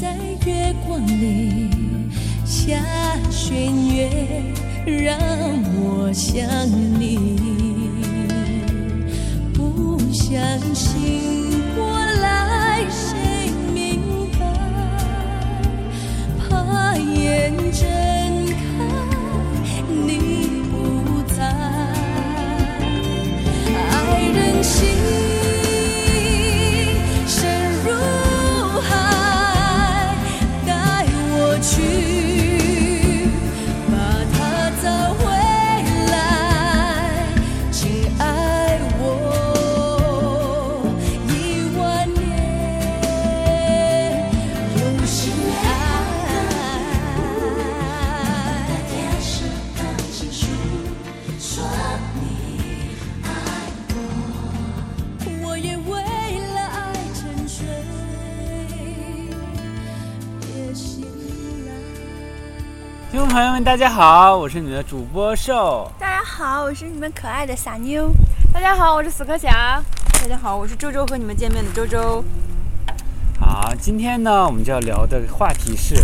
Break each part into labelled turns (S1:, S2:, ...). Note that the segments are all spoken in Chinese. S1: 在月光里下弦月，让我想你。不相信过来，谁明白？怕眼睁开，你不在，爱人心深如海，带我去把它找回来，亲爱我一万年，永是爱。天使的情书说你爱我，我也为了爱沉睡，别醒来。
S2: 听众朋友们，大家好，我是你的主播瘦。
S3: 大家好，我是你们可爱的傻妞。
S4: 大家好，我是死磕侠。大家好，我是周周和你们见面的周周。
S2: 好，今天呢，我们就要聊的话题是《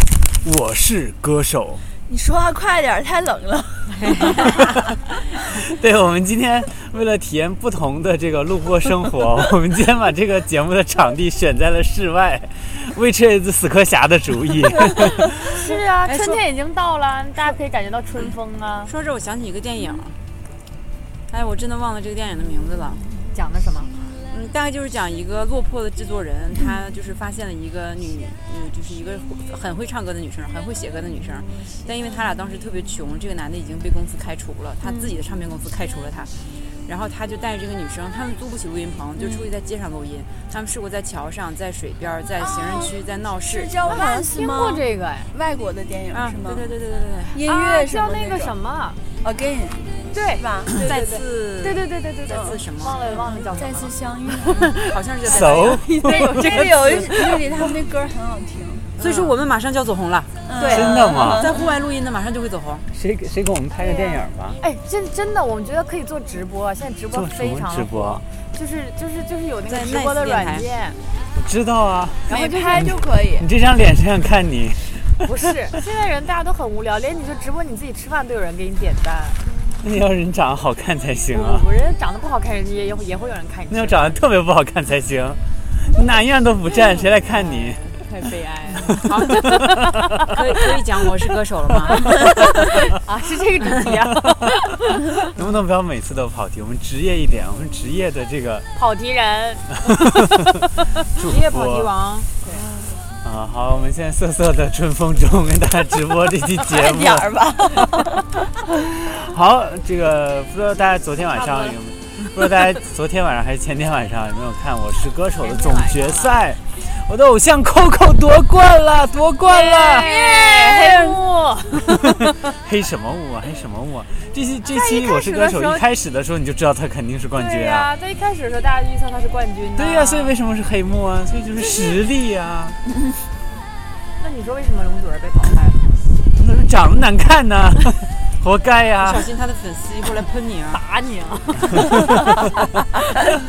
S2: 我是歌手
S3: 你说话快点儿，太冷了。》。
S2: 对，我们今天为了体验不同的这个录播生 活，我们今天把这个节目的场地选在了室外，which is 死磕侠的主 意。
S4: 是啊
S5: 哎
S4: 春
S5: 说
S4: 天已经到了，大家可以感觉到春风啊。
S5: 说这，我想起一个电影，哎，我真的忘了这个电影的名字了。
S4: 讲的什么？
S5: 嗯，大概就是讲一个落魄的制作人，他就是发现了一个女，嗯，就是一个很会唱歌的女生，很会写歌的女生，但因为他俩当时特别穷，这个男的已经被公司开除了，他自己的唱片公司开除了他。然后他就带着这个女生，他们租不起录音棚，就出去在街上录音。他们试过在桥上、在水边儿、在行人区、在闹
S1: 哦
S5: 市
S3: 是叫
S4: 我好像
S3: Once
S4: 啊听过
S3: 吗？
S4: 这个哎，
S3: 外国的电影
S5: 啊
S3: 是，吗
S5: 对？对对对对对
S3: 音
S4: 啊
S3: 乐什
S4: 叫
S3: 么
S4: 那
S3: 那
S4: 个什么？啊
S3: 个 Again
S4: 对
S3: 是，吧？
S5: 对，再
S3: 对对
S5: 次
S4: 对对对对对
S5: 再次
S4: 对，
S5: 什么？
S4: 忘了忘了叫什么
S3: 再
S4: 了。
S3: 次 相遇。
S5: 好像是在
S2: So，
S3: 对，有这个有一瑞丽他们那歌儿很好听。
S5: 所以说我们马上就要走红了，
S3: 啊
S4: 对
S2: 真的吗？
S5: 在户外录音的马上就会走红。
S2: 谁给谁给我们拍个电影吧？
S4: 哎，真真的，我们觉得可以做直播，现在直
S3: 啊
S4: 播
S2: 做什
S4: 非
S2: 么
S4: 常
S2: 直播？
S4: 就是就是就是有那个
S5: 在
S4: 直播的
S5: Nice 电
S4: 软
S5: 台
S4: 件，
S2: 我知道啊，
S4: 然后
S3: 美
S4: 就
S3: 拍
S4: 是
S3: 就可以。
S2: 你这张脸谁想看你？
S4: 不是现在人大家都很无聊，连你说直播你自己吃饭都有人给你点赞，
S2: 那要人长得好看才行
S4: 不
S2: 啊
S4: 不，不，人家长得不好看，人家也也会有人看你吃饭。
S2: 那要长得特别不好看才行，哪样都不占，谁来看你？
S4: 太悲哀了
S5: 好，可以可以讲我是歌手了吗？
S4: 啊！是这个主题啊，
S2: 能不能不要每次都跑题？我们职业一点，我们职业的这个
S4: 跑题人，
S2: 主
S5: 职业跑题
S2: 播
S5: 王，
S2: 啊，好，我们现在瑟瑟的春风中跟大家直播这期节 目。
S3: 吧。
S2: 好，这个不知道大家昨天晚上有，不知道大家昨天晚上还是前天晚上有没有看《我是歌手》的总决赛？我的偶像 Coco 夺冠 了，夺冠了！
S4: 耶，黑幕，
S2: 黑什么舞啊？黑什么舞啊？这期这期《我是歌手》一开始的时候你就知道他肯定是冠
S4: 对
S2: 军啊！
S4: 呀，在一开始的时候大家预测他是冠军，
S2: 对呀、所以为什么是黑幕啊？所以就是实力啊！
S4: 那你说为什么容祖儿被淘汰了？
S2: 那是长得难看呐、 活该呀、
S5: 小心他的粉丝一会儿来喷你啊！
S4: 打你 啊！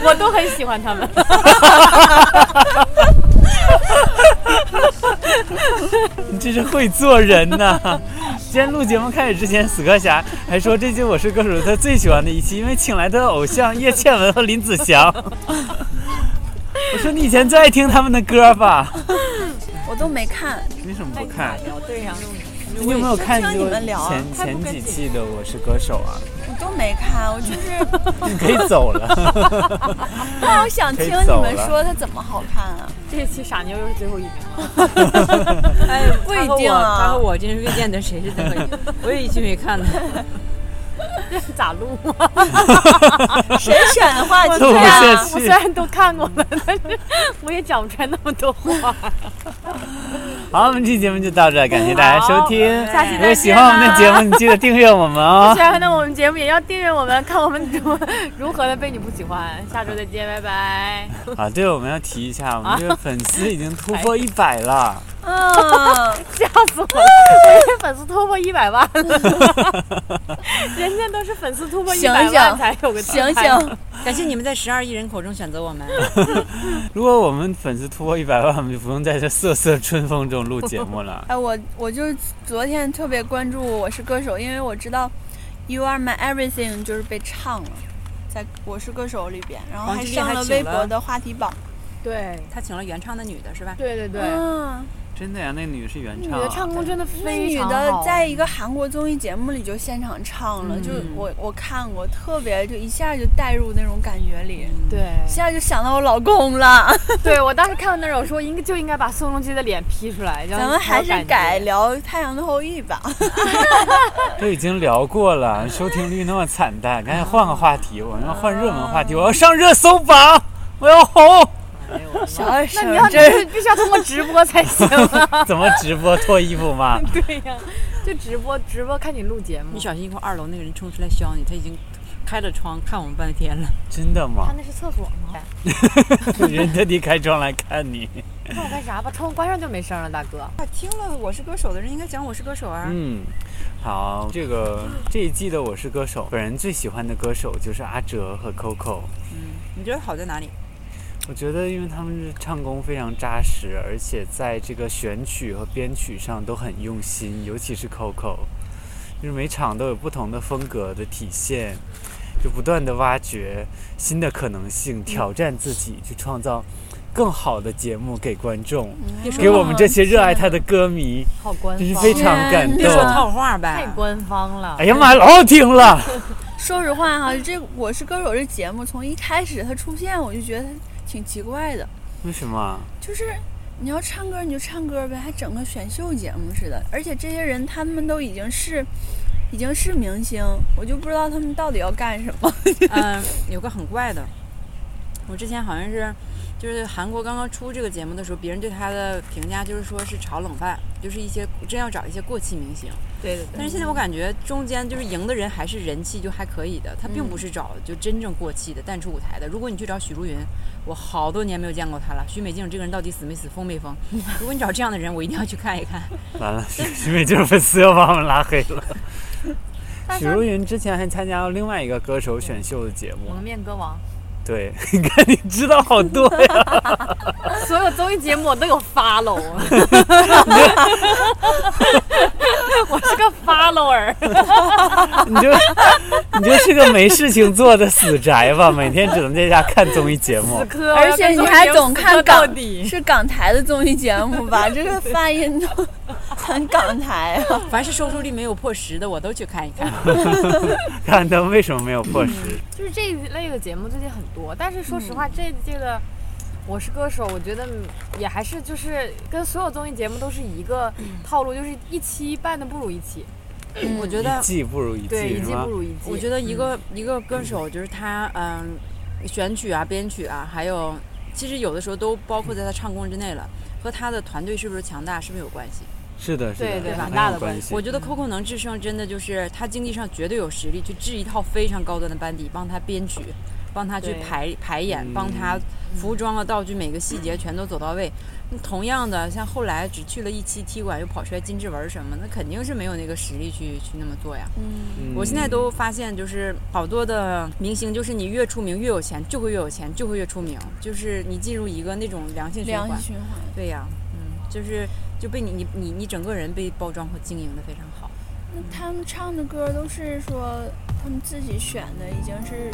S4: 我都很喜欢他 们，
S2: 你真是会做人呐、 今天录节目开始之前，死磕侠还说这期《我是歌手》是他最喜欢的一期，因为请来他的偶像叶倩文和林子祥。 我说你以前最爱听他们的歌吧？
S3: 我都没看，
S2: 你怎么不看？
S4: 对呀，
S2: 你有没有看
S3: 就听你们聊啊
S2: 前
S3: 太
S2: 前几期的《我是歌手》啊？
S3: 我都没看，我 就是
S2: 你可以走了。
S3: 不好想听你们说它怎么好看啊。
S4: 这期傻妞又是最后一名了，
S5: 哎，
S3: 不一定啊
S5: 他 和我他和我今天未见得谁是最后一个，我也一期没看呢。
S4: 这咋录啊？
S3: 谁选的话就
S2: 录
S3: 这
S2: 不
S3: 样
S2: 下
S3: 啊。
S4: 我虽
S2: 去。
S4: 然都看过了，但是我也讲不出来那么多话。
S2: 好，我们这期节目就到这儿，感谢大家收听。
S4: 下 期
S2: 如
S4: 再
S2: 果喜
S4: 见
S2: 欢我们
S4: 啦
S2: 的节目，你记得订阅我们哦
S4: 虽。然呢，我们节目也要订阅我们，看我们如 如何的被你不喜欢。下周再见，拜拜。哎
S2: 啊，对，我们要提一下，我们这个粉丝已经突破一百了。
S1: 嗯，
S4: 吓死我了！我以为粉丝突破一百万了， 人家都是粉丝突破一
S1: 想
S4: 百
S1: 一想
S4: 万才有个
S1: 醒
S4: 竞拍
S1: 醒，
S5: 感谢你们在十二亿人口中选择我们。
S2: 如果我们粉丝突破一百万，我们就不用在这瑟瑟春风中录节目 了。
S1: 哎，我我就是昨天特别关注《我是歌手》，因为我知道《You Are My Everything》就是被唱了，在《我是歌手》里边，然后
S5: 王
S1: 还
S5: 俊
S1: 上
S5: 还
S1: 了
S5: 请
S1: 微
S5: 了
S1: 博的话题榜。
S4: 对
S5: 他请了原唱的女的是吧？
S4: 对对对，
S1: 嗯，
S2: 真的呀，那女是原
S4: 女
S2: 唱啊、
S4: 的唱功真的
S1: 那
S4: 非
S1: 女
S4: 常
S1: 的
S4: 好
S1: 在一个韩国综艺节目里就现场唱了，就
S5: 嗯
S1: 我我看过，特别就一下就带入那种感觉里，
S4: 对
S1: 一下就想到我老公了。
S4: 对，我当时看到那儿，我说应该就应该把宋仲基的脸 P 出来，
S1: 咱们还是改
S4: 改
S1: 聊《太阳的后裔》吧。
S2: 都已经聊过了，收听率那么惨淡，赶紧换个话题，我们要换热门话题，我要上热搜榜，我要红，
S5: 哎呦我的妈！
S1: 小
S4: 那你要
S1: 这
S4: 你必须要通过直播才行啊！
S2: 怎么直播脱衣服吗？
S4: 对呀、就直播直播看你录节目
S5: 你，小心一会儿二楼那个人冲出来削你，他已经开了窗看我们半天了。
S2: 真的吗
S4: 他？那是厕所吗？
S2: 人特地开窗来看你，
S4: 看我干啥吧？窗户关上就没声了，大哥。
S5: 啊，听了《我是歌手》的人应该讲《我是歌手》啊。
S2: 嗯。好，这个这一季的《我是歌手》，本人最喜欢的歌手就是阿哲和 Coco。
S5: 嗯你觉得好在哪里？
S2: 我觉得，因为他们是唱功非常扎实，而且在这个选曲和编曲上都很用心，尤其是 Coco，就是每场都有不同的风格的体现，就不断的挖掘新的可能性，挑战自己，去创造更好的节目给观众，
S1: 嗯
S5: 别说
S2: 给我们这些热爱他的歌迷，
S4: 好官
S2: 真是
S4: 方，
S2: 非常感
S1: 天
S2: 动
S5: 别说
S1: 哪。
S5: 套话呗
S4: 太。官方了。
S2: 哎呀妈呀，老好听了！
S1: 啊说实话哈，这《我是歌手》这节目从一开始它出现，我就觉得它挺奇怪的，
S2: 为什么？啊
S1: 就是你要唱歌你就唱歌呗，还整个选秀节目似的。而且这些人他们都已经是已经是明星，我就不知道他们到底要干什么。
S5: 嗯，有个很怪的，我之前好像是，就是韩国刚刚出这个节目的时候，别人对他的评价就是说是炒冷饭，就是一些真要找一些过气明星。
S1: 对对
S5: 但是现在我感觉中间就是赢的人还是人气就还可以的，他并
S4: 嗯
S5: 不是找就真正过气的淡出舞台的。如果你去找许茹芸，我好多年没有见过她了。许美静这个人到底死没死，疯没疯？ 如果你找这样的人，我一定要去看一看。
S2: 完了， 许许美静粉丝又把我们拉黑了。
S4: 但
S2: 许
S4: 是
S2: 茹芸之前还参加了另外一个歌手选秀的节目
S4: 蒙，面歌王，
S2: 对， 你看你知道好多呀，
S4: 所有综艺节目我都有 follow，我是个 follower。
S2: 你就你就是个没事情做的死宅吧，每天只能在家看综艺节目
S4: 死。磕，
S1: 而且你还总看
S4: 到
S1: 港
S4: 底。
S1: 是港台的综艺节目吧？这个发音都 很港台啊！
S5: 哦凡是收视率没有破十的，我都去看一 看。
S2: 看他们为什么没有破十？
S4: 就是这一类的节目最近很多，但是说实话，这一届的《我是歌手》，我觉得也还是就是跟所有综艺节目都是一个套路，就是一期办的不如一期，
S5: 我觉得
S2: 一季不如一
S4: 对，
S2: 季
S4: 一
S2: 是
S4: 季
S2: 吗
S4: 不？如一季。
S5: 我觉得一个、一个歌手就是他，嗯，选曲啊、编曲啊，还有其实有的时候都包括在他唱功之内了，和他的团队是不是强大是不是有关系？
S2: 是的，是的，
S4: 对对
S2: 很
S4: 很
S2: 有
S4: 大的
S2: 关
S4: 关
S2: 系。
S5: 我觉得 Coco 能制胜，真的就是他经济上绝对有实力去制一套非常高端的班底，帮他编曲，帮他去
S4: 对
S5: 排排演，
S2: 嗯
S5: 帮他服装啊、道具每个细节全都走到位。那同样的，像后来只去了一期踢馆，又跑出来金志文什么，那肯定是没有那个实力去去那么做呀。
S2: 嗯
S5: 我现在都发现，就是好多的明星，就是你越出名越有钱，就会越有钱，就会越出名，就是你进入一个那种良性循
S1: 良性
S5: 环。
S1: 循环。
S5: 对呀、嗯，就是就被你你你你整个人被包装和经营的非常好。
S1: 那他们唱的歌都是说他们自己选的，已经是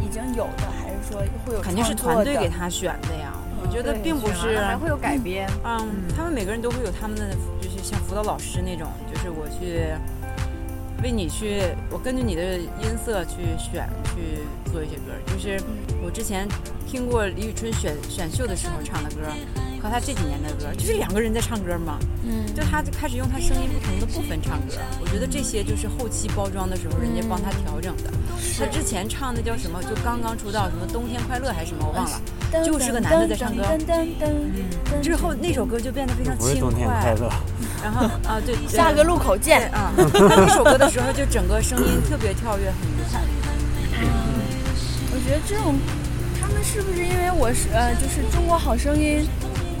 S1: 已经有的，还是说会有
S5: 肯定是
S1: 创
S5: 团
S1: 作
S5: 队
S1: 的
S5: 给他选的呀。我觉得
S4: 嗯对
S5: 并不是，
S4: 还会有改编。
S5: 嗯，他们每个人都会有他们的，就是像辅导老师那种，就是我去为你去，我根据你的音色去选去做一些歌。就是
S4: 嗯
S5: 我之前听过李宇春选选秀的时候唱的歌，和他这几年的歌，就是两个人在唱歌嘛。
S1: 嗯，
S5: 就他就开始用他声音不同的部分唱歌，我觉得这些就是后期包装的时候人家帮他调整的。他
S4: 嗯
S5: 之前唱的叫什么？就刚刚出道什么《冬天快乐》还是什么，我忘了。就是个男的在唱歌嗯
S1: 噔噔噔噔
S5: 之后那首歌就变得非常
S2: 不是
S5: 轻
S2: 冬天快
S5: 快，
S2: 乐，
S5: 然后啊对，对
S1: 下个路口
S5: 对
S1: 见。
S5: 啊，那首歌的时候就整个声音特别跳跃，很愉快。
S1: 我觉得这种他们是不是因为我是呃，就是中国好声音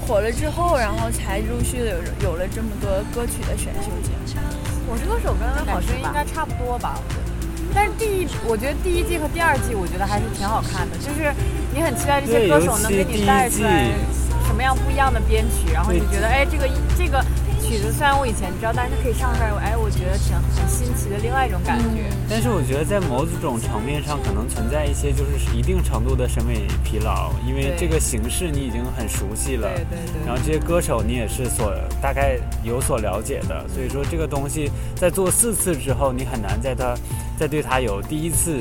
S1: 火了之后，然后才陆续有有了这么多歌曲的选秀节目。
S4: 我是歌手跟好声音应该差不多吧，我觉得。但是第一，我觉得第一季和第二季，我觉得还是挺好看的，就是你很期待这些
S2: 对，尤
S4: 歌手能
S2: 其
S4: 给
S2: 第
S4: 你
S2: 一
S4: 带出
S2: 季，
S4: 来什么样不一样的编曲，然后你
S2: 对
S4: 觉得哎，这个这个曲子虽然我以前知道，但是可以上这儿，哎，我觉得挺很新奇的另外一种感觉。
S2: 但是我觉得在某种层面上可能存在一些就是一定程度的审美疲劳，因为
S4: 对
S2: 这个形式你已经很熟悉了
S4: 对。对对。
S2: 然后这些歌手你也是所大概有所了解的，所以说这个东西在做四次之后，你很难在他再对他有第一次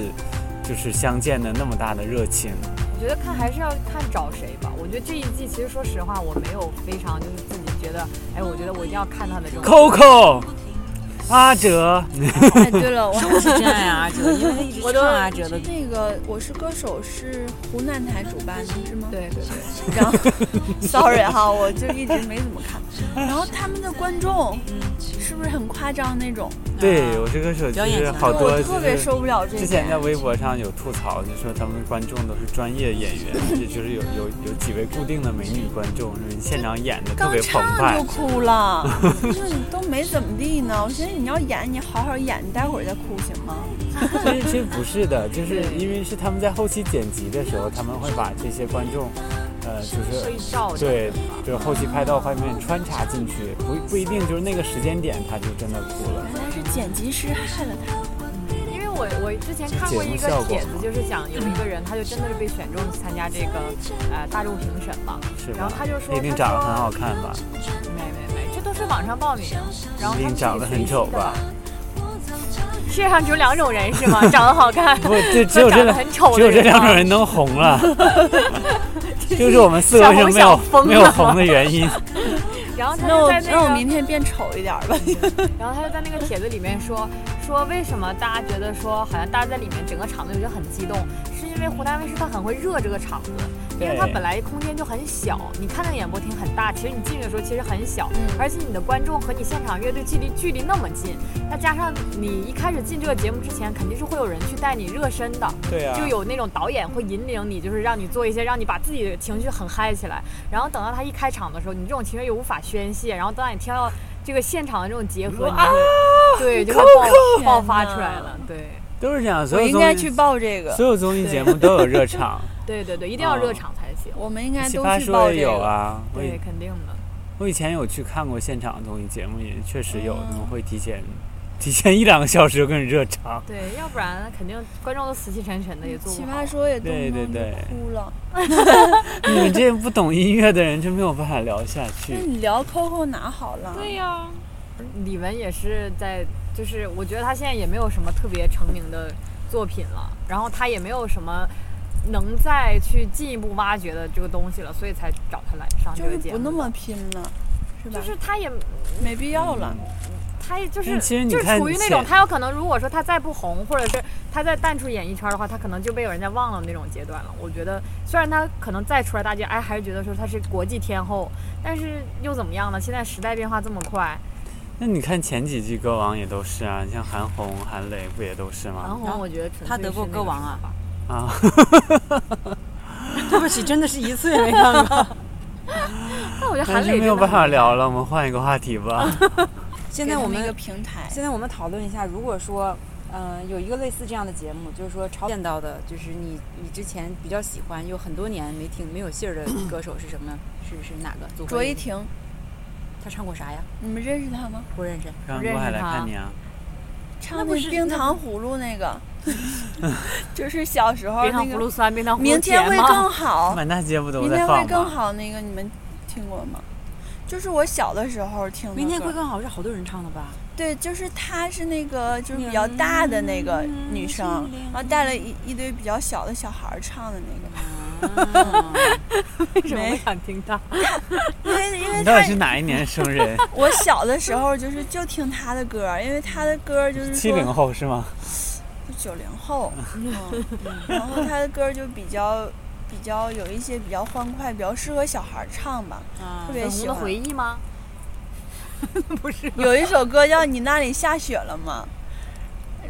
S2: 就是相见的那么大的热情。
S4: 我觉得看还是要看找谁吧。我觉得这一季其实说实话，我没有非常就是自己觉得，哎，我觉得我一定要看他的这种。
S2: Coco，阿哲，
S1: 哎，对了，我
S5: 都是这样呀，阿哲，因为他一直
S4: 我
S5: 唱啊
S4: 都
S5: 阿哲的歌。
S1: 那个《我是歌手》是湖南台主办的，是吗？
S4: 对对对，
S1: 然后，sorry 哈，我就一直没怎么看。然后他们的观众是不是很夸张那种？
S2: 对我这个手
S5: 嗯表演
S2: 机
S5: 型的
S2: 好多
S1: 我
S2: 就
S1: 特别
S2: 是
S1: 受不了这
S2: 之
S1: 一
S2: 前在
S1: 点。
S2: 微博上有吐槽，就说他们观众都是专业演 员，也就是有有有几位固定的美女观众，就是现场演的特
S1: 刚
S2: 别澎
S1: 唱
S2: 湃
S1: 就。哭了，那你都没怎么地呢。我寻思你要演，你好好演，你待会儿再哭行吗？
S2: 其实其实不是的，就是
S4: 对
S2: 因为是他们在后期剪辑的时候，他们会把这些观众，呃，就是
S4: 会照着。
S2: 对，就是后期拍到画面穿插进去，不不一定就是那个时间点他就真的哭了。
S1: 原来是剪辑师害了他。
S4: 因为我我之前看过一个帖子，就是讲有一个人，他就真的是被选中参加这个呃大众评审嘛，
S2: 是吧？
S4: 然后他就说
S2: 一定长得很好看吧？
S4: 没没没，这都是网上报名，然后
S2: 一定
S4: 他们
S2: 长得很丑 吧？
S4: 自己随机的吧？世界啊上只有两种人是吗？长得好看，
S2: 不，这 只有这
S4: 长得
S2: 两，
S4: 很丑
S2: 只
S4: 的人
S2: 有这
S4: 吗，啊
S2: 两种人能红 了。就是我们四个
S4: 小
S2: 为什么
S4: 红
S2: 没
S4: 小
S2: 有
S4: 疯
S2: 没有
S4: 了
S2: 红的原因。
S4: 然后他
S1: 那
S4: 就
S1: 我
S4: 在
S1: 那我
S4: 个
S1: 明天变丑一点吧。
S4: 然后他就在那个帖子里面说说为什么大家觉得说好像大家在里面整个场子有些很激动，是因为湖南卫视它很会热这个场子，因为它
S2: 对
S4: 本来空间就很小，你看那个演播厅很大，其实你进去的时候其实很小，
S1: 嗯
S4: 而且你的观众和你现场乐队距离距离那么近，再加上你一开始进这个节目之前肯定是会有人去带你热身的，
S2: 对啊
S4: 就有那种导演会引领你，就是让你做一些让你把自己的情绪很嗨起来。然后等到他一开场的时候，你这种情绪又无法宣泄，然后等到你听到这个现场的这种结合，你就会对就会爆爆发出来了。对
S2: 都是这样，所
S1: 我
S2: 有
S1: 应
S2: 综
S1: 该
S2: 艺
S1: 去报这个，
S2: 所有综艺节目都有热场，
S4: 对对对，一定要热场才行。
S1: 我们应该
S2: 奇
S1: 都
S2: 葩
S1: 去
S2: 说
S1: 报
S2: 也
S1: 这
S2: 有
S1: 个。
S2: 啊。我
S4: 对，
S2: 以
S4: 肯定的。
S2: 我以前有去看过现场综艺节目，也确实
S4: 哦
S2: 有，他们会提前提前一两个小时就跟你热场。
S4: 对，要不然肯定观众都死气沉沉的，也做
S1: 奇
S4: 不好
S1: 葩。说也动
S2: 对
S1: 不
S2: 对
S1: 动就
S2: 对
S1: 哭了。
S2: 你们这些不懂音乐的人真没有办法聊下去
S1: 那。
S4: 嗯
S1: 你聊 Coco 哪好了？
S4: 对呀、李玟也是在，就是我觉得她现在也没有什么特别成名的作品了，然后她也没有什么能再去进一步挖掘的这个东西了，所以才找她来上这
S1: 就
S4: 个
S1: 是
S4: 节目。
S1: 不那么拼了，是吧？
S4: 就是她也，
S1: 没必要了。
S4: 她也就是，
S2: 但其实你
S4: 就是
S2: 看
S4: 处于那
S2: 现
S4: 种，她有可能如果说她再不红，或者是她再淡出演艺圈的话，她可能就被人家忘了那种阶段了。我觉得，虽然她可能再出来大家，哎，还是觉得说她是国际天后，但是又怎么样呢？现在时代变化这么快，
S2: 那你看前几季歌王也都是啊，你像韩红、韩磊不也都是
S4: 韩
S2: 吗？
S5: 然后
S4: 红我觉得纯
S5: 她
S4: 粹
S5: 得
S4: 是
S5: 过
S4: 那
S5: 歌
S4: 个
S5: 王
S4: 什
S5: 啊
S4: 么吧
S2: 啊，
S5: 对不起，真的是一次也没看过。
S4: 但我觉得
S2: 但
S4: 韩
S2: 是
S4: 磊
S2: 没有
S4: 真的
S2: 办
S4: 很
S2: 法聊了，我们换一个话题 吧。
S5: 现
S1: 给
S5: 在
S1: 他
S5: 我
S1: 一个
S5: 们
S1: 平台，
S5: 现在我们讨论一下，如果说，嗯、有一个类似这样的节目，就是说朝见到的，就是你你之前比较喜欢，有很多年没听没有信儿的歌手是什么？是是哪个？组合
S1: 卓依
S5: 里
S1: 婷，
S5: 他唱过啥呀？
S1: 你们认识她吗？
S5: 不认识。
S2: 让
S4: 认识
S2: 郭海来
S4: 他
S2: 看你啊，
S1: 唱
S5: 不
S1: 的
S5: 是
S1: 冰糖葫芦那 个，就是小时候
S4: 冰
S1: 那
S4: 糖葫
S1: 个。
S4: 芦酸，冰糖葫芦
S1: 明天会
S4: 甜吗
S1: 更好，
S2: 满大街不 都
S1: 明
S2: 在
S1: 天会
S2: 放
S1: 更
S2: 吗？
S1: 好。那个你们听过吗？就是我小的时候听的歌。
S5: 明天会更好是好多人唱的吧？
S1: 对，就是她是那个就是比较大的那个女生，然后带了一一堆比较小的小孩儿唱的那
S5: 啊
S4: 为什么
S1: 没
S4: 会想听 到？
S1: 个，因为因为
S2: 你到
S1: 她
S2: 底是哪一年生人？
S1: 我小的时候就是就听她的歌儿，因为她的歌儿就是
S2: 七
S1: 说
S2: 零后是吗？
S1: 九零 后，嗯，然后她的歌儿就比较比较有一些比较欢快，比较适合小孩儿唱 吧，
S5: 啊
S1: 特别
S4: 粉红
S1: 喜
S4: 的
S1: 欢。
S4: 回忆吗？不是吧，
S1: 有一首歌叫《你那里下雪 了吗》，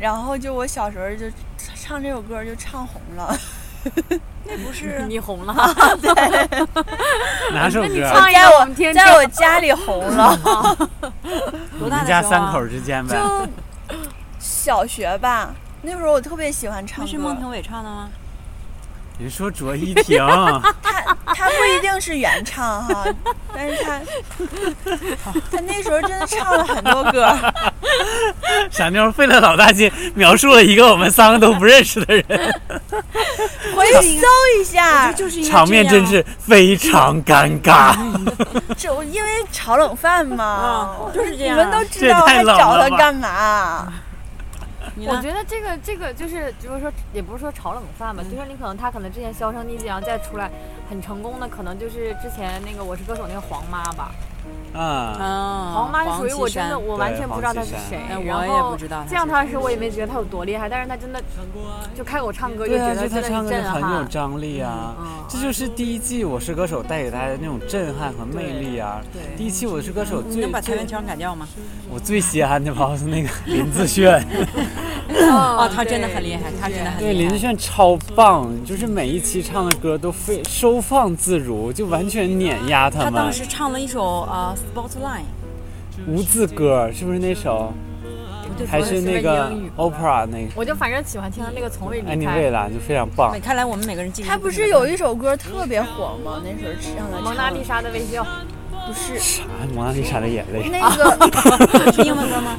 S1: 然后就我小时候就唱这首歌就唱红了，那不是
S4: 你红了，
S2: 哪首歌
S4: 唱
S2: 啊？
S1: 在
S4: 一个
S1: 我
S4: 我们听听。
S1: 在我家里红 了，
S5: 多
S2: 你
S5: 大
S2: 们
S5: 的
S2: 家
S5: 时候
S2: 三
S5: 啊
S2: 口之间呗。
S1: 就小学吧。那时候我特别喜欢唱
S5: 那
S1: 歌，
S5: 是孟庭苇唱的 吗？
S2: 你说卓依婷，
S1: 他他不一定是原唱哈，但是 他他那时候真的唱了很多歌，
S2: 傻妞费了老大劲描述了一个我们三个都不认识的人，
S1: 回搜一下。
S5: 就是因为
S2: 场面
S5: 这样
S2: 真是非常尴尬。
S1: 这我因为炒冷饭嘛
S5: 啊，就是这样
S1: 你们都知道，
S2: 这也太
S1: 还
S2: 冷
S1: 找
S2: 了
S1: 他
S2: 吧
S1: 干嘛？
S5: 你
S4: 我
S5: 呢？
S4: 觉得这个这个就是，就是说也不是说炒冷饭吧，就是你可能他可能之前销声匿迹，然后再出来很成功的，可能就是之前那个《我是歌手》那个黄妈吧。
S2: 啊，
S5: 啊，
S4: 黄妈是属于我
S5: 绮
S4: 真
S5: 珊
S4: 的我完
S2: 对
S4: 全不
S2: 黄
S4: 知道她
S2: 绮
S4: 是
S2: 珊
S4: 谁
S5: 哎，
S4: 然
S5: 我也
S4: 后
S5: 不知道她
S4: 见到
S5: 是
S4: 她的时候我也没觉得她有多厉害，但是她真的就开口唱歌就
S2: 对
S4: 觉
S2: 啊，
S4: 得
S2: 就
S4: 真
S2: 他
S4: 的
S2: 唱
S4: 是
S2: 歌
S4: 震撼。
S2: 很有张力啊。
S4: 嗯
S2: 这就是第一季《我是歌手》带给大家的那种震撼和魅力啊！
S5: 对对
S2: 第一期《我是歌手》
S5: 你
S2: 最
S5: 能把台
S2: 最
S5: 湾腔改掉吗？
S2: 我最稀罕的吧，是那个林志炫，
S5: 哦
S4: 哦，
S5: 她真的很厉害，她真的很
S2: 对，
S5: 厉
S2: 林志
S5: 害。
S2: 炫超棒，就是每一期唱的歌都非收放自如，就完全碾压他
S5: 她
S2: 们
S5: 当。时唱了一首啊《Spotlight
S2: 无字歌是不是那首？》，还是那个 opera 那个？
S4: 我就反正喜欢听她那个《从未
S2: 哎，
S4: 离
S2: 你
S4: 开
S2: 未》。来就非常棒
S5: 每。看来我们每个人记住
S1: 他不是有一首歌特别火吗？那时候让他唱的。
S4: 蒙娜丽莎的微笑，
S1: 不是
S2: 啥？啊蒙娜丽莎的眼泪。
S1: 那个，
S5: 是英文歌 吗？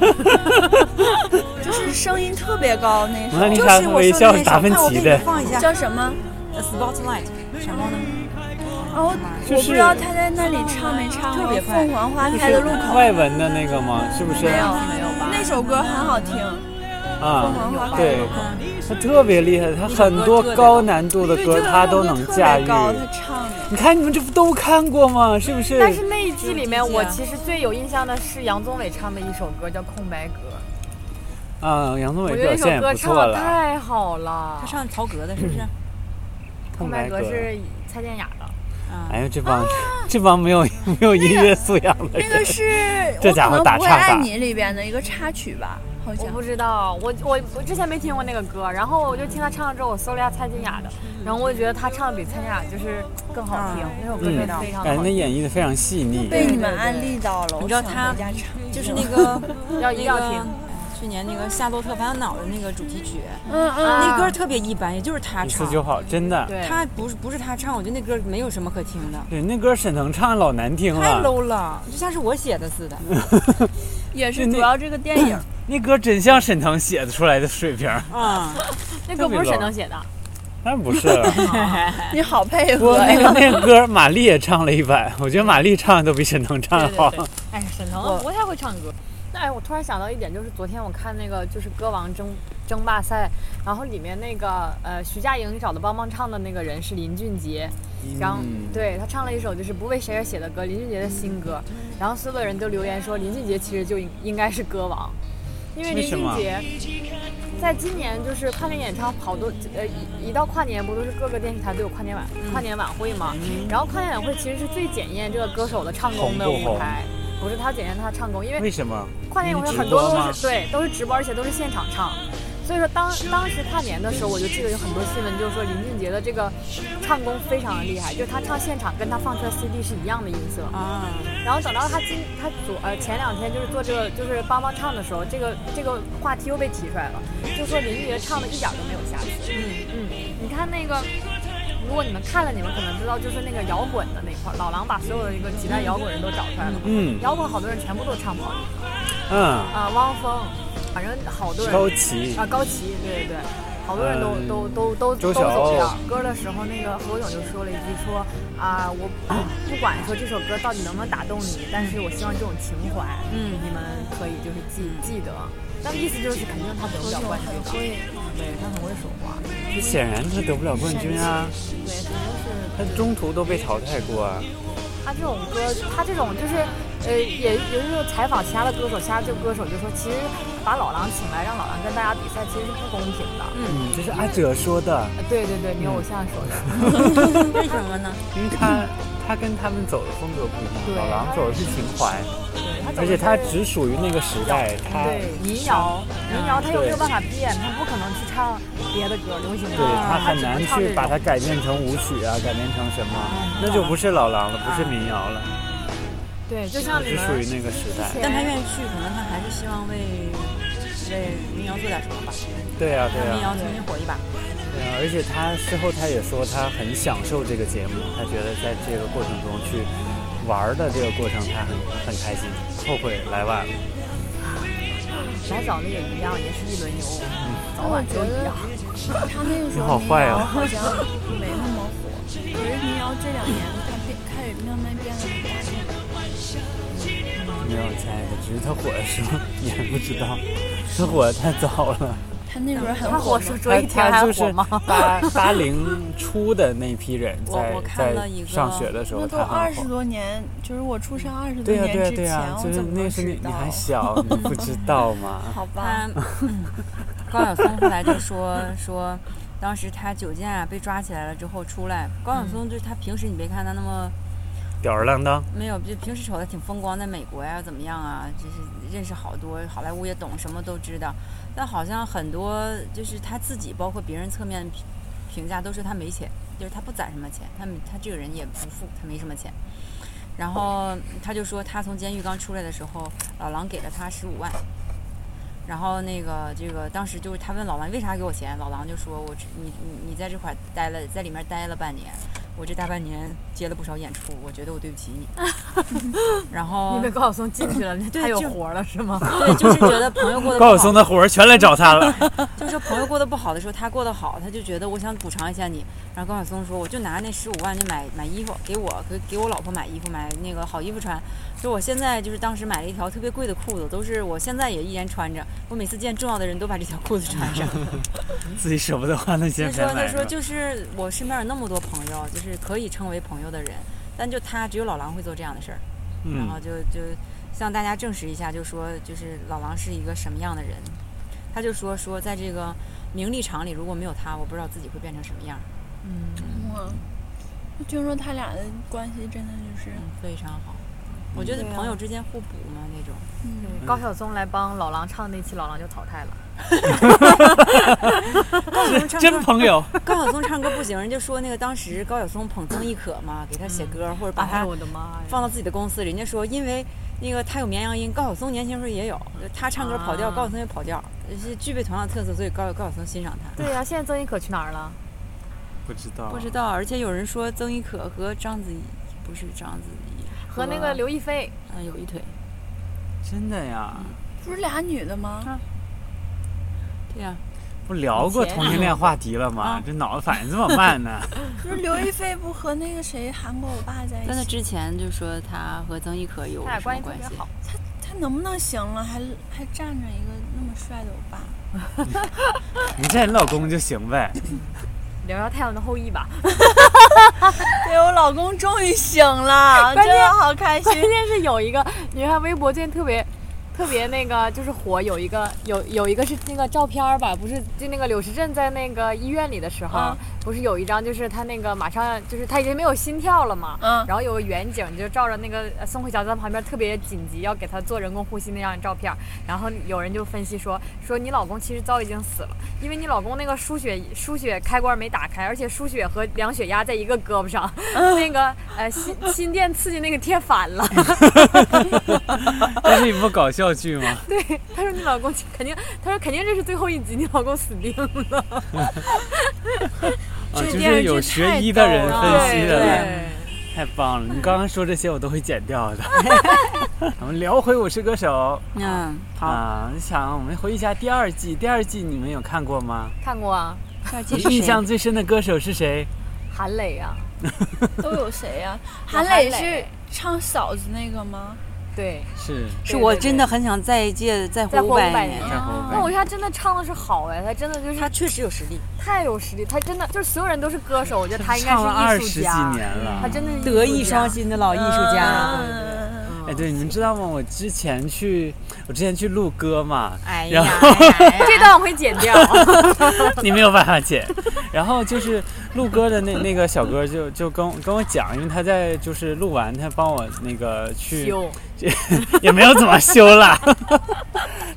S1: 就是声音特别高那
S2: 蒙娜丽
S1: 首，
S2: 莎
S5: 就是
S2: 和
S5: 我
S2: 微
S5: 说
S2: 笑
S5: 的
S2: 是
S5: 那
S2: 达
S5: 首，
S2: 芬
S5: 看我给
S2: 奇
S5: 你
S2: 的。
S5: 放一下《
S1: 叫什么？
S5: Spotlight》，闪光灯。
S1: 哦，我不知道他在那里唱没唱
S5: 特
S1: 过
S5: 别
S1: 《
S5: 快
S1: 凤凰花开的路口
S2: 外文的那个吗？是不》，是？
S1: 没有
S4: 没有吧
S1: 那首歌很好听，
S2: 啊，
S1: 凤凰花开
S2: 对，他特别厉害，他很多
S5: 歌特别
S2: 高难度的
S1: 对
S2: 歌
S1: 这个
S2: 他
S1: 歌
S2: 都
S1: 特
S2: 能
S1: 别
S2: 驾驭。
S1: 高他唱的
S2: 你看你们这不都看过吗？是不是？
S4: 但是那一季里面，
S5: 就是
S4: 我
S5: 这些
S4: 其实最有印象的是杨宗纬唱的一首歌，叫《空白格》。
S2: 啊，杨宗纬
S4: 我觉
S2: 表
S4: 得那首
S2: 现也
S4: 歌
S2: 不
S4: 唱
S2: 错
S4: 的
S2: 了。
S4: 太好了。
S5: 她唱曹格 的，是不是？
S4: 空
S2: 空
S4: 白
S2: 白
S4: 格
S2: 格。
S4: 是蔡健雅的，
S5: 啊，
S2: 哎呦，这帮这帮没有没有音乐素养的
S1: 那个
S2: 人，
S1: 是
S2: 这
S1: 我
S2: 家
S1: 可
S2: 伙
S1: 能
S2: 打
S1: 不会
S2: 岔打
S1: 爱你里边的一个插曲吧，好
S4: 我
S1: 像
S4: 不知道，我我我之前没听过那个歌，然后我就听他唱了之后，我搜了一下蔡健雅的，然后我就觉得他唱的比蔡健雅就是更好听，那首歌真的非常
S2: 感觉那
S4: 好听，
S2: 演绎的非常细腻。
S1: 被你们安利到了。
S5: 你知道
S1: 我想
S5: 他
S1: 回家唱，
S5: 就是那 个
S4: 要
S5: 那
S4: 一定
S5: 个
S4: 要听。
S5: 去年那个《夏洛特烦恼》的那个主题曲，
S1: 嗯嗯，
S5: 那歌
S4: 啊
S5: 特别一般，也就是她
S2: 一
S5: 唱
S2: 次。就好，真的。
S4: 对，
S5: 她不是不是她唱，我觉得那歌没有什么可听的，
S2: 对，那歌沈腾唱老难听
S5: 太
S2: 了，
S5: low 了，就像是我写的 似的。
S1: 也是
S2: 就那
S1: 主要这个电影，
S2: 那歌真像沈腾写的出来的水平，
S5: 啊，
S4: 那歌不是沈腾写的，
S2: 那不是。
S1: 你好配
S2: 不过
S1: 合
S2: 那
S1: 呀。
S2: 个那个歌，马丽也唱了一版，我觉得马丽唱的都比沈腾唱的好。
S4: 哎，沈腾
S5: 我
S4: 不太会唱歌。那哎，我突然想到一点，就是昨天我看那个就是歌王争争霸赛，然后里面那个呃徐佳莹找的帮帮唱的那个人是林俊杰，然后、
S2: 嗯
S4: 对他唱了一首就是不为谁而写的歌，林俊杰的新歌，然后所有的人都留言说林俊杰其实就应应该是歌王，因为
S2: 为
S4: 林
S2: 什
S4: 俊
S2: 么
S4: 杰在今年就是跨年演唱好多呃一一到跨年不都是各个电视台都有跨年晚、
S2: 嗯
S4: 跨年晚会嘛，然后跨年晚会其实是最检验这个歌手的唱功的
S2: 红不
S4: 舞
S2: 红
S4: 台，不是他检验他唱功，因为
S2: 为什么？
S4: 跨年晚会
S2: 你
S4: 很
S2: 直
S4: 多
S2: 播
S4: 都
S2: 吗
S4: 是对，都是直播，而且都是现场唱。所以说当当时跨年的时候，我就记得有很多新闻，就是说林俊杰的这个唱功非常的厉害，就是他唱现场跟他放出来 CD 是一样的音色。
S5: 啊，
S4: 然后等到他今他昨呃前两天就是做这个就是帮帮唱的时候，这个这个话题又被提出来了，就说林俊杰唱的一点儿都没有瑕疵。嗯嗯，你看那个。如果你们看了，你们可能知道，就是那个摇滚的那块儿，老狼把所有的一个几代摇滚人都找出来了嘛。
S2: 嗯
S4: 摇滚好多人全部都唱不好，
S2: 嗯，
S4: 啊，汪峰，反正好多人
S2: 高旗
S4: 啊，高旗，对对对，好多人都、
S2: 嗯
S4: 都都都
S2: 周
S4: 都
S2: 晓
S4: 走调
S2: 鸥。
S4: 歌的时候，那个何炅就说了一句说啊，我不管说这首歌到底能不能打动你，但是我希望这种情怀，
S5: 嗯
S4: 你们可以就是记记得。那意思就是肯定他得不了冠军吧？对他很会说话，
S2: 显然他得不了冠军啊，
S4: 对，肯定是
S2: 他中途都被淘汰过啊。
S4: 他这种歌，他这种就是，呃，也也就是采访其他的歌手，其他这个歌手就说，其实把老狼请来让老狼跟大家比赛，其实是不公平的。
S2: 嗯，这是阿哲说的，嗯
S4: 呃对对对，你偶像说的。
S5: 为什么呢？
S2: 因为他他跟他们走的风格不一
S4: 对
S2: 样，老狼走的是情怀，
S4: 对他走
S2: 而
S4: 的
S2: 且他
S4: 是
S2: 只属于那个时代，他
S4: 对民谣，民谣他又
S2: 对
S4: 没有办法变，他不可能去唱别的歌，流行歌，
S2: 对他很
S4: 只
S2: 难
S4: 能唱
S2: 去
S4: 这
S2: 把
S4: 种
S2: 它改变成舞曲啊，改编成什么，
S4: 嗯
S2: 那就不是老狼了，不是民谣了，
S4: 对，就像
S2: 只
S4: 你们
S2: 属于那个时代。
S4: 之前
S5: 但他愿意去，可能他还是希望为为民谣做点什么吧，
S2: 对啊，对啊，
S5: 让民谣重新火一把。
S2: 对啊！而且他事后他也说，他很享受这个节目，他觉得在这个过程中去玩儿的这个过程，他很很开心，后悔来晚了。
S4: 来早了也一样，也是一轮游，早
S1: 但我
S4: 晚
S1: 觉
S4: 都一
S1: 得
S4: 样。
S1: 他那个时
S2: 你好
S1: 候民
S2: 坏
S1: 谣
S2: 啊
S1: 好像没那么火，可是民谣这两年它变开始慢慢变得很大众。
S2: 没有，亲爱的，只是他火的时候 你还不知道，他火的太早了。
S1: 他那会儿很
S4: 他
S1: 火
S4: 火
S1: 吗，
S4: 是
S2: 他
S4: 说一天
S2: 啊他
S4: 还
S2: 就是
S4: 火 吗？
S2: 八八零初的那批人
S5: 我
S2: 在
S5: 我看了
S2: 在
S5: 一个
S2: 上学的时候，
S1: 那都
S2: 他
S1: 二
S2: 很
S1: 十
S2: 火。
S1: 多年，就是我出生二十多
S2: 对呀、
S1: 年
S2: 对呀、
S1: 之
S2: 对
S1: 前，
S2: 呀、
S1: 我
S2: 就是
S1: 怎么
S2: 那
S1: 能
S2: 时候
S1: 知
S2: 你
S1: 道啊
S2: 你？还小，你不知道吗？
S1: 好吧，
S5: 他、嗯高晓松后来就说说，当时他酒驾、被抓起来了之后出来，高晓松就是他平时你别看他那么
S2: 吊儿郎当，
S5: 没有，就平时瞅他挺风光，在美国呀、怎么样啊，就是认识好多好莱坞也懂，什么都知道，但好像很多就是他自己，包括别人侧面评评价都说他没钱，就是他不攒什么钱，他没他这个人也不富，他没什么钱。然后他就说，他从监狱刚出来的时候，老狼给了他十五万。然后那个这个当时就是他问老狼为啥给我钱，老狼就说我只你你你在这块儿待了，在里面待了半年，我这大半年接了不少演出，我觉得我对不起你。然后
S4: 因 为高晓松进去了，
S5: 对
S4: 他有
S5: 就
S4: 活了是吗？
S5: 对，就是觉得朋友过得 不
S2: 高
S5: 好
S2: 晓松的活儿全来找他了。
S5: 就是说朋友过得不好的时候，他过得好，他就觉得我想补偿一下你。然后高晓松说，我就拿那十五万就买买衣服，给我给给我老婆买衣服，买那个好衣服穿。就我现在就是当时买了一条特别贵的裤子，都是我现在也依然穿着。我每次见重要的人都把这条裤子穿 上。
S2: 自己舍不得花那些
S5: 就
S2: 钱
S5: 说
S2: 买
S5: 就
S2: 是
S5: 说
S2: 吧。
S5: 就是我身边有那么多朋友，就是可以称为朋友的人，但就他只有老狼会做这样的事儿。然后
S2: 嗯，
S5: 就就向大家证实一下，就说就是老狼是一个什么样的人。他就说说在这个名利场里，如果没有他，我不知道自己会变成什么样。
S2: 嗯
S4: 嗯
S1: 哇，我嗯听说他俩的关系真的就是，
S5: 嗯，非常好。我觉得
S1: 对啊
S5: 朋友之间互补嘛，那 种。
S1: 嗯，
S4: 高晓松来帮老狼唱那期，老狼就淘汰了。
S5: 高晓松唱
S2: 真
S5: 歌，
S2: 朋友，
S5: 高晓松唱歌不行，人家说那个当时高晓松捧曾轶可嘛，给他写
S2: 嗯
S5: 歌、或者
S2: 啊
S5: 把他
S4: 的妈呀！
S5: 放到自己的公司，人家说因为那个他有绵羊音，高晓松年轻时候也有，他唱歌跑调，
S4: 啊
S5: 高晓松也跑调，是具备同样的特色，所以高高晓松欣赏他。
S4: 对呀、现在曾轶可去哪儿了？
S2: 不知道
S5: 不知道，而且有人说曾轶可和章子怡不是章子怡，
S4: 和那个刘亦菲，
S5: 嗯有一腿。
S2: 真的呀，
S1: 不是俩女的吗？
S5: 对啊呀、
S2: 不聊过
S4: 以前啊
S2: 同性恋话题了吗
S5: 啊？
S2: 这脑子反应这么慢呢？
S1: 不是刘亦菲不和那个谁韩国欧巴在
S5: 但
S1: 一
S5: 他
S1: 起，
S5: 之前就说他和曾轶可有
S4: 他俩
S5: 什么
S4: 关系特别
S5: 关系？
S4: 好。
S1: 他能不能行了？还还站着一个那么帅的欧巴，
S2: 你见你老公就行呗。
S4: 聊聊《太阳的后裔》吧。
S1: 对哎我老公终于醒了，真
S4: 关键
S1: 的好开心
S4: 关。键是有一个，你看微博最近特别。特别那个就是火，有一个有有一个是那个照片儿吧，不是就那个柳时镇在那个医院里的时候，
S1: 嗯
S4: 不是有一张就是他那个马上就是他已经没有心跳了嘛，
S1: 嗯
S4: 然后有个远景就照着那个呃宋慧乔在旁边特别紧急要给他做人工呼吸那张照片儿，然后有人就分析说说你老公其实早已经死了，因为你老公那个输血输血开关没打开，而且输血和量血压在一个胳膊 上，
S5: 嗯
S4: 那个呃心心电刺激那个贴反了。
S2: 这是一部搞笑剧吗？
S4: 对，他说你老公肯定，他说肯定这是最后一集，你老公死定了。
S2: 啊，
S1: 这
S2: 就
S1: 电视
S2: 是
S1: 剧
S2: 有
S1: 太
S2: 学医的人
S1: 逗了
S2: 分析
S4: 对
S2: 的，太棒 了！你刚刚说这些我都会剪掉的。 我们聊回《我是歌手
S5: 嗯，》好，
S2: 啊，你想我们回忆一下第二季，第二季你们有看过吗？
S4: 看过啊，
S5: 第二季
S2: 你
S5: 是
S2: 印
S5: 谁？
S2: 象最深的歌手是谁？
S4: 韩磊啊，
S1: 都有谁
S6: 啊
S1: 呀、
S4: 有
S1: 韩磊
S4: 韩
S1: 是
S4: 磊
S1: 唱嫂子那个吗？
S4: 对，
S2: 是
S5: 是我
S4: 对对
S5: 真的很想再见再活
S4: 再活
S5: 五
S4: 500
S5: 百
S4: 年
S5: 年。
S2: 在后
S4: 那我觉得他真的唱的是好哎，他真的就是
S5: 他确实有实力，
S4: 太有实力，他真的就是所有人都是歌手，我觉得他应该
S2: 唱了二
S4: 是艺
S2: 十
S4: 术
S2: 几
S4: 家，
S2: 年了
S4: 他，真的是
S5: 德艺
S2: 啊
S4: 术家
S5: 双馨的老艺术家。
S1: 嗯，
S2: 哎，对，你们知道吗？我之前去，我之前去录歌 嘛，
S5: 哎
S2: 然
S5: 呀，
S2: 后
S5: 哎呀
S4: 这段我会剪掉。
S2: 你没有办法剪。然后就是录歌的那那个小哥就就跟我跟我讲，因为他在就是录完，他帮我那个去
S4: 修，
S2: 也没有怎么修 啦，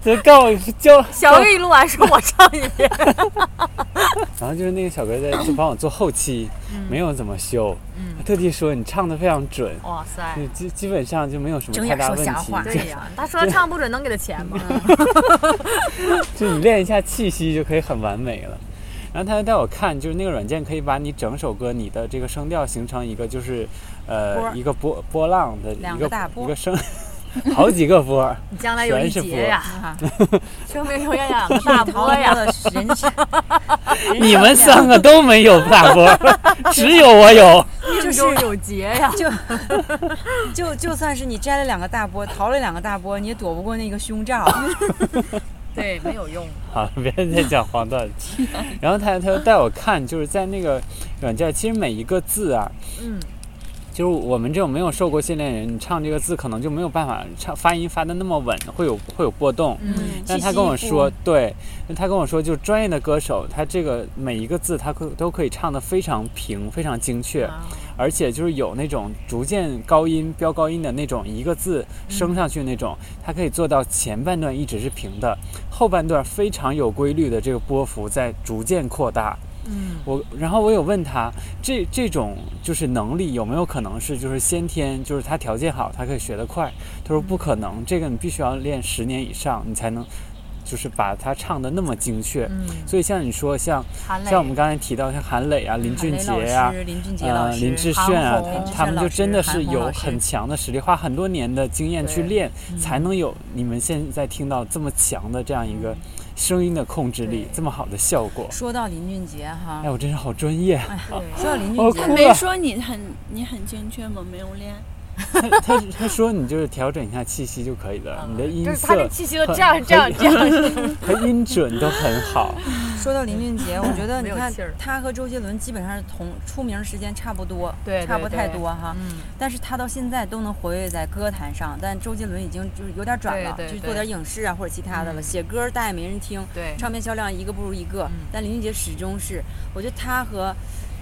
S2: 就告我教
S4: 小雨录完说我唱一遍，
S2: 然后就是那个小哥在就帮我做后期，没有怎么修，
S5: 嗯
S2: 他特地说你唱的非常准，
S4: 哇塞
S2: 就，基基本上就没有什么
S5: 睁
S2: 太
S5: 眼
S2: 大
S5: 说
S2: 问
S5: 瞎
S2: 题
S5: 话，
S4: 对呀，他说唱不准能给他钱吗？
S2: 就你练一下气息就可以很完美了。然后他还带我看，就是那个软件可以把你整首歌你的这个声调形成一个就是
S5: 波
S2: 呃一个波波浪的
S5: 两
S2: 一
S5: 个
S2: 个
S5: 大波
S2: 一个声， 好几个波儿。
S4: 你将来有一
S2: 全是
S4: 劫 呀，
S5: 啊
S4: 说明永远两个大波
S5: 掏
S4: 呀。
S5: 的人家
S2: 你们三个都没有大波儿， 只有我有。
S4: 命中有劫呀！
S5: 就就算是你摘了两个大波，逃了两个大波，你也躲不过那个胸罩。
S4: 对，没有用。
S2: 好，啊 别再讲黄段子。然后他他就带我看，就是在那个软件，其实每一个字啊，
S4: 嗯，
S2: 就是我们这种没有受过训练的人，你唱这个字可能就没有办法唱发音发的那么稳，会有会有波动。
S5: 嗯
S2: 但他跟我说，对，他跟我说，就是专业的歌手，他这个每一个字他可都可以唱的非常平，非常精
S4: 嗯
S2: 确，而且就是有那种逐渐高音飙高音的那种，一个字升上去那种，他可以做到前半段一直是平的，后半段非常有规律的这个波幅在逐渐扩大。
S4: 嗯，
S2: 我然后我有问他，这这种就是能力有没有可能是就是先天，就是他条件好，他可以学得快？他说不可能，这个你必须要练十年以上，你才能就是把它唱的那么精确。
S4: 嗯，
S2: 所以像你说，像
S4: 韩磊，
S2: 像我们刚才提到像韩磊啊、林俊杰呀、
S5: 嗯老师林俊杰老
S2: 呃
S5: 师，
S2: 林志
S4: 韩
S2: 炫啊
S4: 红，
S2: 他们就真的是
S5: 韩红
S2: 有
S5: 老师
S2: 很强的实力，花很多年的经验去
S4: 对嗯
S2: 练，才能有你们现在听到这么强的这样一个声音的控制力
S4: 嗯对，
S2: 这么好的效果。
S5: 说到林俊杰哈
S2: 哎，，我真是好专业啊。
S5: 说到林
S2: 我
S5: 俊
S2: 哦哭
S6: 嗯
S5: 杰，
S1: 没
S2: 了
S1: 说你很你很精确吗？没有练，
S2: 他他他说你就是调整一下气息就可以了，你的音
S4: 嗯就是他
S2: 色
S4: 的气息都这样这样嗯这 样，
S2: 和音准都很好。
S5: 说到林 俊杰，我觉得
S4: 没
S5: 你
S4: 有
S5: 看
S4: 气儿
S5: 他和周杰伦基本上是同出名时间差不多，
S4: 对对
S5: 差不太多哈。
S4: 嗯，
S5: 但是他到现在都能活跃在歌坛上，但周杰伦已经就是有点转了，
S4: 对对
S5: 就是
S4: 对
S5: 做点影视啊或者其他的了，
S4: 嗯
S5: 写歌大家也没人听，
S4: 对
S5: 唱片销量一个不如一个。
S4: 嗯
S5: 但林俊杰始终是，我觉得他和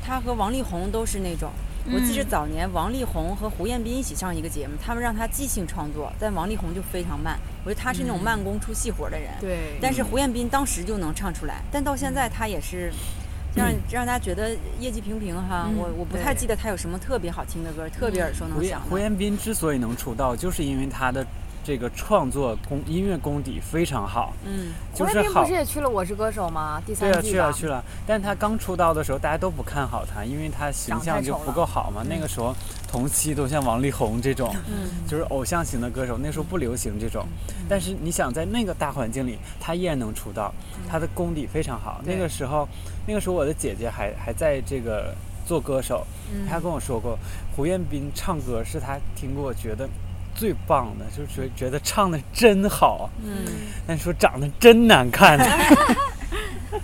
S5: 他和王力宏都是那种。
S2: 嗯
S5: 我记得早年王力宏和胡彦斌一起上一个节目，他们让他即兴创作，但王力宏就非常慢。我觉得他是那
S2: 嗯
S5: 种慢工出细活的人。
S4: 对，
S5: 但是胡彦斌当时就能唱出来，但到现在他也是
S2: 嗯
S5: 让让大家觉得业绩平平哈。
S4: 嗯
S5: 我我不太
S4: 对
S5: 记得他有什么特别好听的歌，特别耳熟能
S2: 胡彦
S5: 详
S2: 胡
S5: 的。
S2: 彦斌之所以能出道，就是因为他的这个创作功音乐功底非常好，
S5: 嗯，
S2: 就
S4: 黄
S2: 是
S4: 斌
S2: 好
S4: 不是。也去了《我是歌手》吗？第
S2: 对
S4: 三
S2: 啊，
S4: 季
S2: 去了
S4: 吧。
S2: 去了，但他刚出道的时候，大家都不看好他，因为他形象就不够好嘛。那个时候，同期都像王力宏这种，
S4: 嗯
S2: 就是偶像型的歌手，那时候不流行这种。嗯但是你想，在那个大环境里，他依然能出道，他的功底非常好。
S4: 嗯对
S2: 那个时候，那个时候我的姐姐还还在这个做歌手，
S4: 嗯
S2: 她跟我说过，胡彦斌唱歌是她听过觉得最棒的，就是觉觉得唱的真好，
S5: 嗯，
S2: 但是说长得真难 看。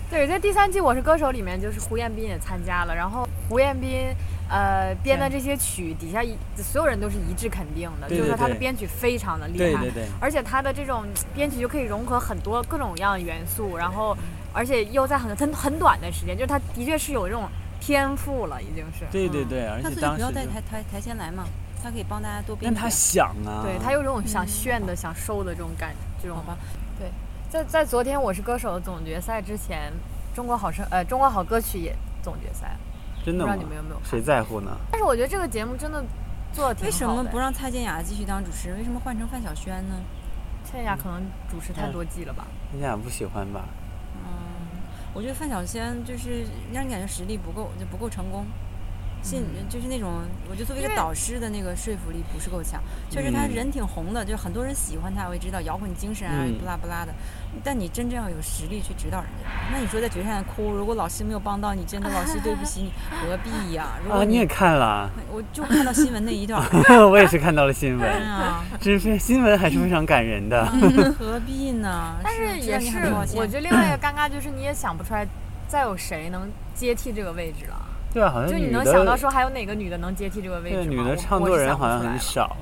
S4: 对，在第三季《我是歌手》里面，就是胡彦斌也参加了，然后胡彦斌。呃，编的这些曲底下一所有人都是一致肯定的，
S2: 对
S4: 就是
S2: 对
S4: 说他的
S2: 对
S4: 编曲非常的厉害，
S2: 对对对，
S4: 而且他的这种编曲就可以融合很多各种各样的元素，然后
S2: 嗯
S4: 而且又在很很很短的时间，就是他的确是有这种天赋了，已经是。
S2: 对对对，而
S5: 那
S2: 且
S5: 所以
S2: 当
S5: 不
S2: 时
S5: 要带
S2: 就，
S5: 台台台前来嘛，他可以帮大家多编
S2: 但
S5: 辑啊。
S2: 他想啊，
S4: 对他有种想炫的、想收的这种感，这种
S5: 好吧。
S4: 对，在在昨天《我是歌手》的总决赛之前，中国好声呃中国好歌曲也总决赛了，
S2: 真的
S4: 不知
S2: 吗
S4: 道你？们有没有看？
S2: 谁在乎呢？
S4: 但是我觉得这个节目真的做的挺好的。
S5: 为什么不让蔡健雅继续当主持人？为什么换成范晓萱呢？
S4: 倩雅可能主持太多季了吧？
S2: 你俩不喜欢吧？
S5: 嗯，我觉得范晓萱就是让你感觉实力不够，就不够成功。信
S2: 嗯
S5: 就是那种，我觉得作为一
S4: 因
S5: 个
S4: 为
S5: 导师的那个说服力不是够强。确实，他
S2: 嗯
S5: 人挺红的，就是很多人喜欢他，我也知道摇滚精神啊
S2: 嗯，
S5: 不拉不拉的。但你真正要有实力去指导人家，那你说在决赛上哭，如果老师没有帮到你，真的老师对 不起你，何必呀？如
S2: 啊，
S5: 果
S2: 你也
S5: 你
S2: 看了 啊，
S5: 我就看到新闻那一段儿，
S2: 我也是看到了新闻，
S5: 哎呀，
S2: 真是新闻还是非常感人的。
S4: 嗯
S5: 何必呢？
S4: 但是
S5: 知
S4: 也
S5: 道你
S4: 是
S5: 很抱，歉
S4: 我觉得另外一个尴尬就是你也想不出来，再有谁能接替这个位置了。
S2: 对啊，好像
S4: 就
S2: 女
S4: 你
S2: 的
S4: 能想到说还有哪个女的能接替这个位置
S2: 对
S4: 吗？
S2: 女
S4: 我
S2: 的唱
S4: 我
S2: 作
S4: 是
S2: 人
S4: 想不
S2: 好像
S4: 出来
S2: 很
S4: 了
S2: 少。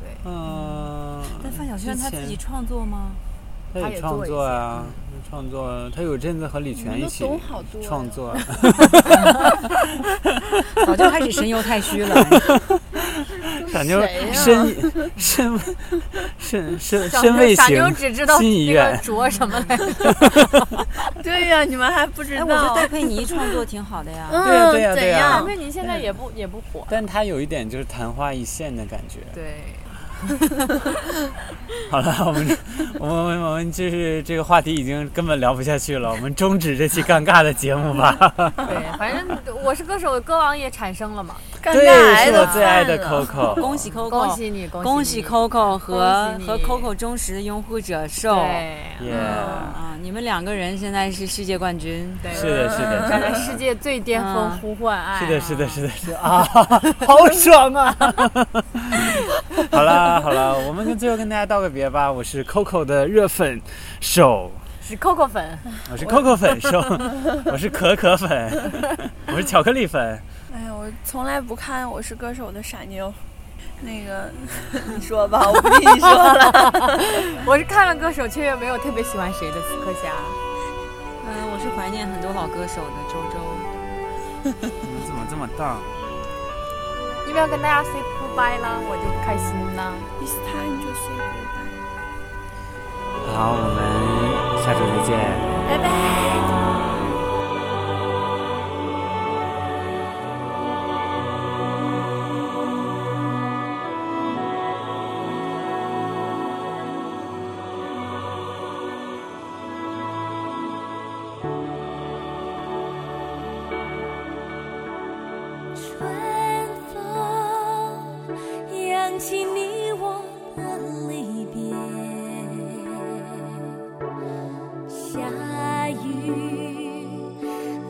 S4: 对，
S2: 嗯，
S5: 但范晓萱她自己
S2: 之前
S5: 创作 吗？
S2: 他
S4: 她
S2: 也
S4: 也
S2: 创
S4: 做一
S2: 作
S4: 些嗯
S2: 啊，创作，他有阵子和李泉一起
S6: 懂好多呀
S2: 创 作，啊
S5: 早就开始神游太虚了。
S2: 感觉
S6: 啊
S2: 身身身身
S4: 小
S2: 身未
S4: 傻
S2: 行
S4: 妞，只知道
S2: 心已
S4: 那个
S2: 愿
S4: 着什么来着，
S6: 对呀、你们还不知
S5: 哎，我觉得
S6: 道？
S5: 戴佩妮创作挺好的呀。
S2: 对呀对呀
S6: 嗯，
S2: 对
S6: 怎
S2: 呀
S4: 谭
S6: 样？
S4: 佩妮现在也不也不火，
S2: 但他有一点就是昙花一现的感觉。
S4: 对，
S2: 好了，我们 我们我们我们就是这个话题已经根本聊不下去了，我们终止这期尴尬的节目吧。
S4: 对，反正我是歌手，歌王也产生了嘛，
S6: 尴
S2: 对，
S6: 尬癌
S2: 是我
S6: 都
S2: 最爱的
S6: 犯了
S2: Coco。
S5: 恭喜 Coco，
S4: 嗯恭喜你，恭
S5: 恭
S4: 喜
S5: 喜
S4: 你
S5: Coco 和
S4: 恭喜你
S5: 和 Coco 忠实的拥护者受。
S4: 对。
S2: 耶、
S5: 啊，你们两个人现在是世界冠军。
S4: 对
S2: 是的，是的，
S4: 站在世界最巅峰
S5: 嗯
S4: 呼唤爱、
S2: 是的，是的，是的，是的 啊，好爽啊！ 好啦，好啦，我们跟最后跟大家道个别吧。我是 Coco 的热粉手，
S4: 是 Coco 粉，
S2: 我是 Coco 粉 手，我是可可粉，我是巧克力粉。
S6: 哎呀，我从来不看《我是歌手》的傻妞。那个， 你说吧，我不替你说了。
S4: 我是看了歌手，却又没有特别喜欢谁的死磕侠。
S5: 嗯，我是怀念很多老歌手的周周。
S2: 你们怎么这么荡？
S4: 因为要跟大家 say goodbye 啦，我就不开心啦。
S6: It's time to say goodbye。
S2: 好，我们下周再见。
S6: 拜拜。
S1: 春风扬起你我的离别，下雨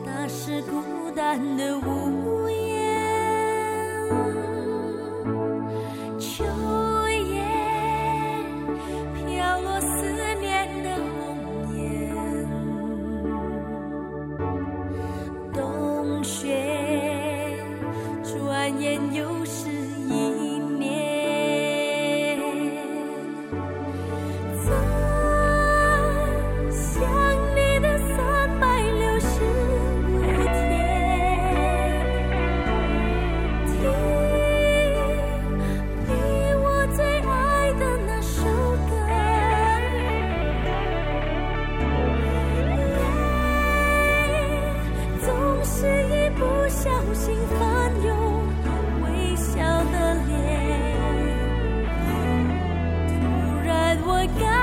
S1: 打湿孤单的屋檐，秋叶飘落思念的红颜。冬雪，转眼又是一年。曾想你的三百六十五天，听你我最爱的那首歌。泪总是一不小心翻涌微笑的脸，突然我感 Oh，